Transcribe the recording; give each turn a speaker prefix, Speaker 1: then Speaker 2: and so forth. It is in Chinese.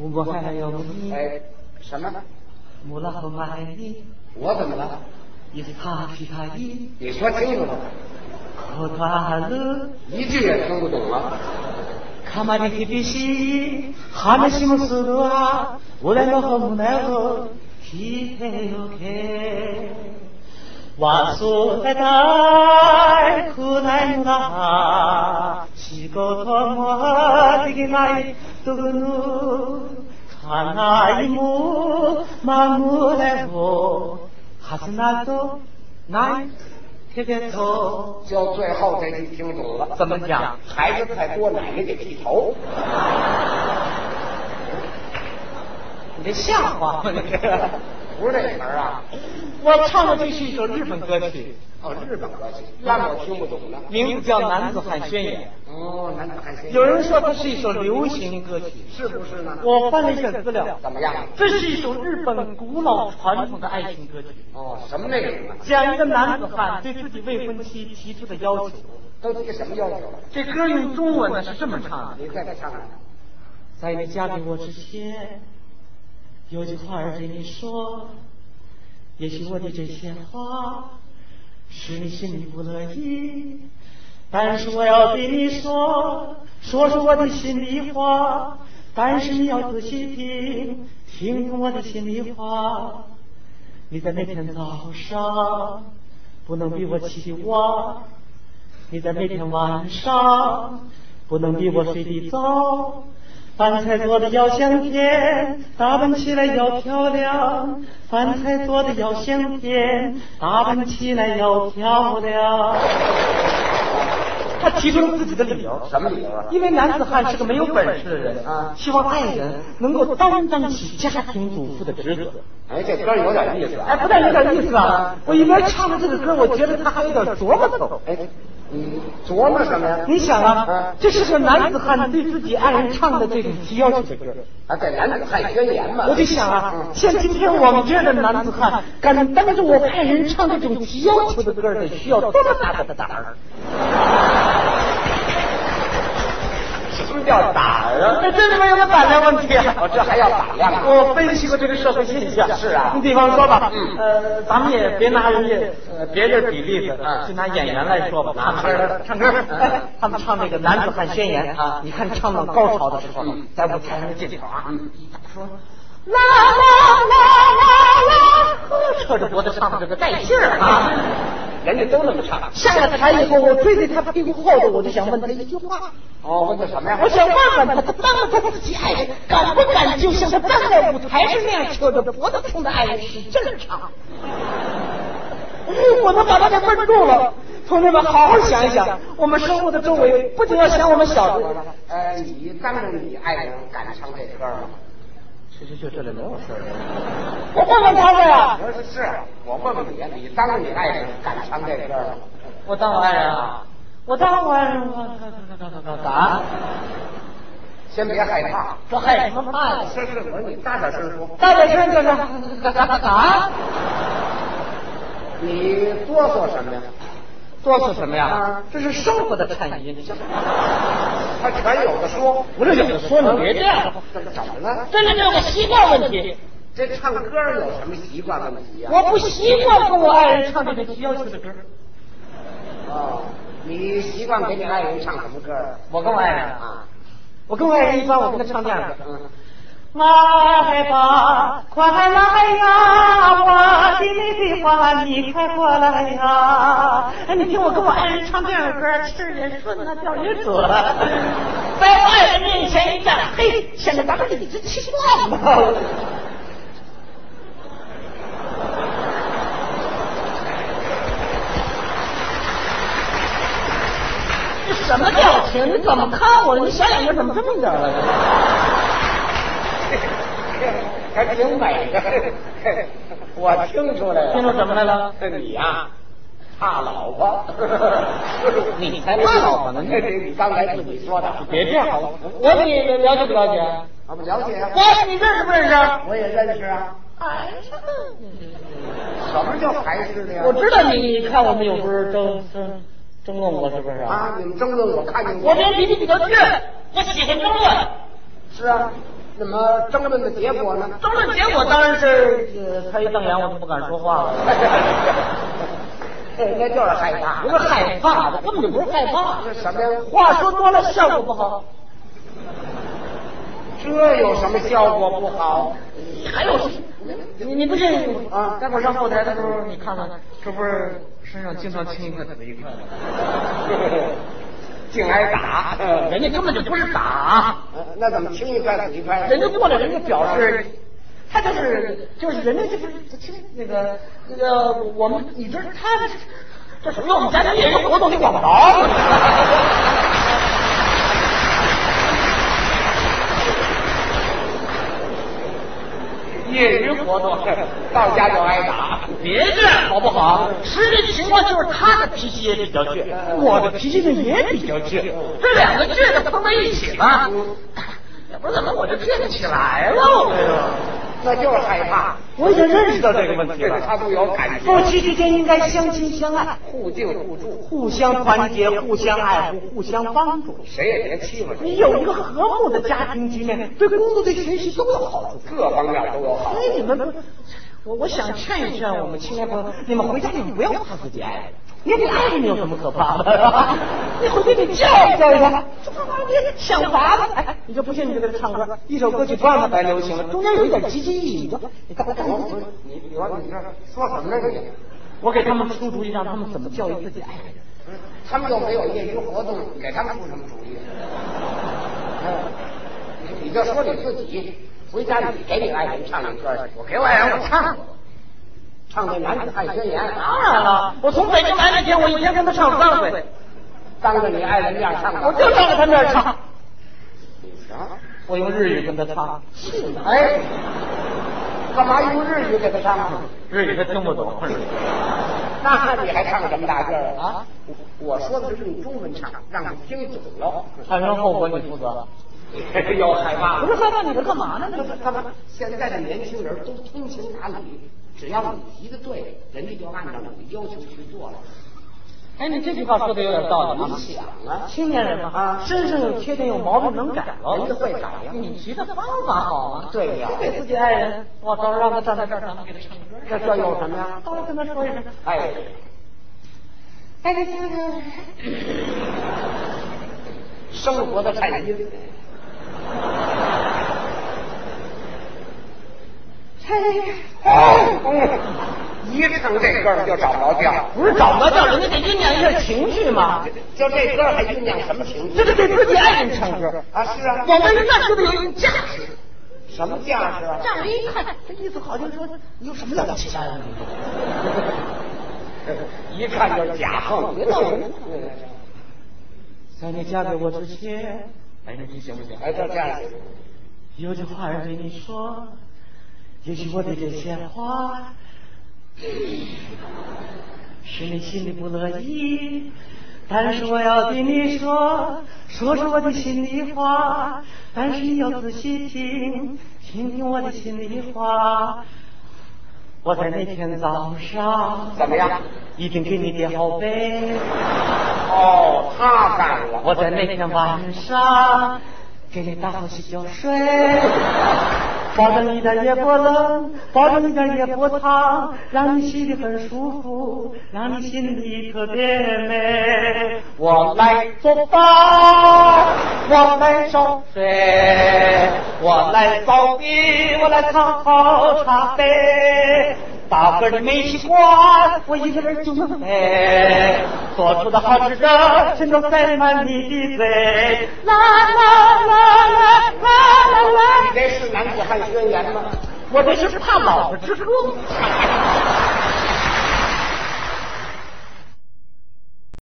Speaker 1: وبها يومي
Speaker 2: 哎，什么？
Speaker 1: ملاح معي
Speaker 2: 我怎么了？
Speaker 1: يفتح في هاي
Speaker 2: 你说清楚了，
Speaker 1: 答える
Speaker 2: 一句也听不懂了。
Speaker 1: 釜に厳しい話もするわ俺の本音を聞いておけ忘れたくないんだ仕事もできないとぐぬ家内も守れをはずなどないけれど
Speaker 2: 就最后这句听懂了，
Speaker 1: 怎么讲
Speaker 2: 孩子太多，奶奶得剃头。
Speaker 1: 你这像话吗？你这。
Speaker 2: 不是这词儿啊，
Speaker 1: 我唱的这是一首日本歌曲，
Speaker 2: 哦，日本歌曲，那我听不懂呢。
Speaker 1: 名字叫《男子汉宣言
Speaker 2: 哦，南子汉先》。生
Speaker 1: 有人说它是一首流行歌曲，
Speaker 2: 是不是呢？
Speaker 1: 我翻了一下资料，
Speaker 2: 怎么样？
Speaker 1: 这是一首日本古老传统的爱情歌曲，
Speaker 2: 哦，什么内容啊？
Speaker 1: 讲一个男子汉对自己未婚妻提出的要求。
Speaker 2: 都提什么要求了？啊
Speaker 1: 这歌用中文呢是这么唱的：
Speaker 2: 你再唱唱。
Speaker 1: 在你嫁给我之前，有句话要对你说，也许我的这些话使你心里不乐意，但是我要对你说，说出我的心里话，但是你要仔细听，听懂我的心里话。你在那天早上不能比我起晚，你在那天晚上不能比我睡得早。饭菜做的要香甜，打扮起来要漂亮。饭菜做的要香甜，打扮起来要漂亮。他提出了自己的理由，
Speaker 2: 什么理由啊？
Speaker 1: 因为男子汉是个没有本事的人
Speaker 2: 啊
Speaker 1: 希望爱人能够担当起家庭主妇的职责。
Speaker 2: 哎，这歌有点意思
Speaker 1: 哎，
Speaker 2: 啊。
Speaker 1: 不但有点意思啊，我一边唱着这个歌，我觉得他还有点琢磨头。
Speaker 2: 哎，你琢磨什么呀？
Speaker 1: 你想啊
Speaker 2: 啊，
Speaker 1: 这是个男子汉对自己爱人唱的这种提要求的歌。
Speaker 2: 啊，这男子汉宣言嘛。
Speaker 1: 我就想啊，像今天我们这样的男子汉，敢当着我爱人唱这种提要求的歌，得需要多么大的胆儿？
Speaker 2: 什么叫打
Speaker 1: 那呃这里面有个胆量问题啊！
Speaker 2: 哦，这还要打量啊？
Speaker 1: 我分析过这个社会现象，
Speaker 2: 是啊
Speaker 1: 你比方说吧，
Speaker 2: 嗯
Speaker 1: 呃，咱们也别拿人家呃别人比例子，啊
Speaker 2: 嗯
Speaker 1: 就拿演员来说吧，
Speaker 2: 嗯
Speaker 1: 唱歌唱歌
Speaker 2: 嗯，
Speaker 1: 哎，他们唱那个《男子汉宣言》啊，你看唱到高潮的时候
Speaker 2: 嗯，
Speaker 1: 在舞台上的镜头啊，说。
Speaker 3: 啦啦啦啦啦！
Speaker 1: 扯着脖子唱的这个带劲儿啊！
Speaker 2: 人家都那么唱。
Speaker 1: 下了台以后，我追在他屁股后头，我就想问他一句话，
Speaker 2: 哦，问的什么呀？
Speaker 1: 我想问问他，他当着他自己爱人，敢不敢就像他站在舞台上那样扯着脖子冲着爱人使劲儿唱？我都把他给问住了。同志们，好好想一想，我们生活的周围，不仅要想我们小时候，
Speaker 2: 呃，你当着你爱人敢唱这歌吗？
Speaker 1: 去去去，这里没有事儿。我问问他们呀，
Speaker 2: 我说是，我问问你，你当着你爱人敢唱这歌吗？
Speaker 1: 我当我爱人啊，我当我爱人，我敢，
Speaker 2: 先别害怕。
Speaker 1: 这害什么怕呀？
Speaker 2: 是是，我说你大点声说。
Speaker 1: 大点声就是啊，
Speaker 2: 你哆嗦什么呀？
Speaker 1: 哆嗦什么呀
Speaker 2: 啊？
Speaker 1: 这是生活的产业。
Speaker 2: 他全有的说。
Speaker 1: 不是有的说你别这样，
Speaker 2: 怎么怎么了？
Speaker 1: 真的这有个习惯问题。
Speaker 2: 这唱歌有什么习惯问题呀、
Speaker 1: 我不习惯跟我爱人唱这个要求的歌。
Speaker 2: 哦，你习惯给你爱人唱什么歌啊？
Speaker 1: 我跟我爱人啊
Speaker 2: 啊，
Speaker 1: 我跟我爱人一般，我跟他唱这样的。
Speaker 2: 嗯，
Speaker 1: 来吧，快来呀，我的玫瑰花，你快过来呀！哎，你听我跟我爱人唱这样的歌，气儿也顺呐，调也准。在我爱人面前一站，嘿，显得咱们理直气壮嘛。这什么表情？你怎么看我了？你小眼睛怎么这么点儿了？
Speaker 2: 还挺美的， 我听出来了。
Speaker 1: 听出什么来了
Speaker 2: 这你呀、怕老 婆，
Speaker 1: 你才怕老婆呢
Speaker 2: 这这 你刚才自己说的，
Speaker 1: 别这样，我对你了解不了解？
Speaker 2: 我们了解啊，
Speaker 1: 我你认识不认识？
Speaker 2: 我也认识啊。
Speaker 3: 哎呀！
Speaker 2: 什么叫排斥的呀？
Speaker 1: 我知道你，你看我们有时候争争争论过是不是？
Speaker 2: 啊啊，你们争论我看见过。
Speaker 1: 我这人脾气比较倔，我喜欢争论。
Speaker 2: 是啊，那么争论的结果呢？
Speaker 1: 争论结果当然是呃黑瞪眼，我就不敢说话了。
Speaker 2: 对，那就是害怕
Speaker 1: 不。是害怕，我根本就不是害怕。
Speaker 2: 这什么呀？
Speaker 1: 话说多了效果不好，
Speaker 2: 这有什么效果不好
Speaker 1: 还有你你不信？
Speaker 2: 啊？
Speaker 1: 待会 儿上后台的时候，你看看，这不是身上经常青一块紫一块吗？
Speaker 2: 竟挨打？
Speaker 1: 呃人家根本就不是啊打，
Speaker 2: 呃那怎么轻一块死一块？
Speaker 1: 人家过来，人家表示，他就是就是人家就是听那个那个我们你这他这属于我们家里有一个活动你管不着。
Speaker 2: 业余活动，到家就挨打。
Speaker 1: 别这样好不好？实际情况就是他的脾气也比较倔，我的脾气呢也比较倔，这两个倔的碰在一起了，也不是怎么我就倔得起来了。我
Speaker 2: 那就是害怕。
Speaker 1: 我已经认识到这个问题
Speaker 2: 对他
Speaker 1: 了。
Speaker 2: 都有感觉，
Speaker 1: 夫妻之间应该相亲相爱，
Speaker 2: 互敬互助，
Speaker 1: 互相团结、互相爱护、互相帮助。
Speaker 2: 谁也别欺负
Speaker 1: 你
Speaker 2: 谁，
Speaker 1: 有一个和睦的家庭局面，对工作、对学习都有好处。
Speaker 2: 各方面都有好
Speaker 1: 所。以哎你们不，我我想劝一劝我们亲爱朋友，你们回家你们不要怕自己爱人，你你爱人有什么可怕的？你回去你教育教育他，这不把你想法子。哎，你就不信你就给他唱歌，一首歌曲不让他白流行了，中间有一点积极意义，你就你干干
Speaker 2: 我
Speaker 1: 嘛？
Speaker 2: 你你说你这说什么呢你？
Speaker 1: 我给他们出主意，让他们怎么教育自己爱人。
Speaker 2: 他们又没有业余活动，给他们出什么主意？嗯，你你就说你自己，回家你给你爱人唱一歌去，我给我爱人我唱过，唱那男子汉宣言，
Speaker 1: 当然了，我从北京来那天，我一天跟他唱三回，
Speaker 2: 当着你爱人面唱过，
Speaker 1: 我就站在他面唱，
Speaker 2: 啊，
Speaker 1: 我用日语跟他唱，
Speaker 2: 哎，干嘛用日语给他唱啊？
Speaker 1: 日语他听不懂。
Speaker 2: 那你还唱什么大个儿
Speaker 1: 啊？
Speaker 2: 我我说的是用中文唱，让你听懂 了。
Speaker 1: 产生后果你负责。
Speaker 2: 又害怕
Speaker 1: 不是害怕你这干嘛呢？
Speaker 2: 他们他们现在的年轻人都通情达理，只要你提的对，人家就按照你的要求去做了。
Speaker 1: 哎，你这句话说的有点道理啊
Speaker 2: 你。想啊，
Speaker 1: 青年人嘛，
Speaker 2: 啊
Speaker 1: 身上有缺点有毛病能改了，
Speaker 2: 人家会改呀
Speaker 1: 你提的方法好啊，
Speaker 2: 对呀
Speaker 1: 你给自己爱人，我到时候让他站在这儿，咱们给他唱歌。
Speaker 2: 这这有什么呀？
Speaker 1: 到时候跟他说一声，
Speaker 2: 哎，
Speaker 1: 哎，他听听，
Speaker 2: 生活的颤音，嗯，哎一唱这歌儿就找不着调，
Speaker 1: 不是找不着人家得酝酿一下情绪嘛。
Speaker 2: 就这歌儿还酝酿什么情绪？
Speaker 1: 这是给自己爱人唱歌，
Speaker 2: 啊，是啊，
Speaker 1: 我们那说的有有价值。
Speaker 2: 什么架势啊？
Speaker 1: 这样人一看，这意思好像说你有什么了不起的？
Speaker 2: 一看就是假横，别闹人。
Speaker 1: 在你嫁给我之前，哎，那你行不行？
Speaker 2: 哎，就这样，
Speaker 1: 有句话要对你说，也许我的这些话，使你心里不乐意，但是我要对你说，说出我的心里话，但是你要仔细听，听听我的心里话。我在那天早上
Speaker 2: 怎么样？
Speaker 1: 一定给你叠好被。
Speaker 2: 哦，他干了，
Speaker 1: 我在那天晚上给你打好洗脚水，保证你的也不冷，保证你的也不烫，让你洗的很舒服，让你心里特别美。我来做饭，我来烧水，我来扫地，我来烫好茶杯。大个的煤气罐，我一个人就能背。做出的好吃的，全都塞满你的嘴。啦啦啦啦啦啦啦！
Speaker 2: 你这是男子汉宣言吗？
Speaker 1: 我这是怕老婆之痛。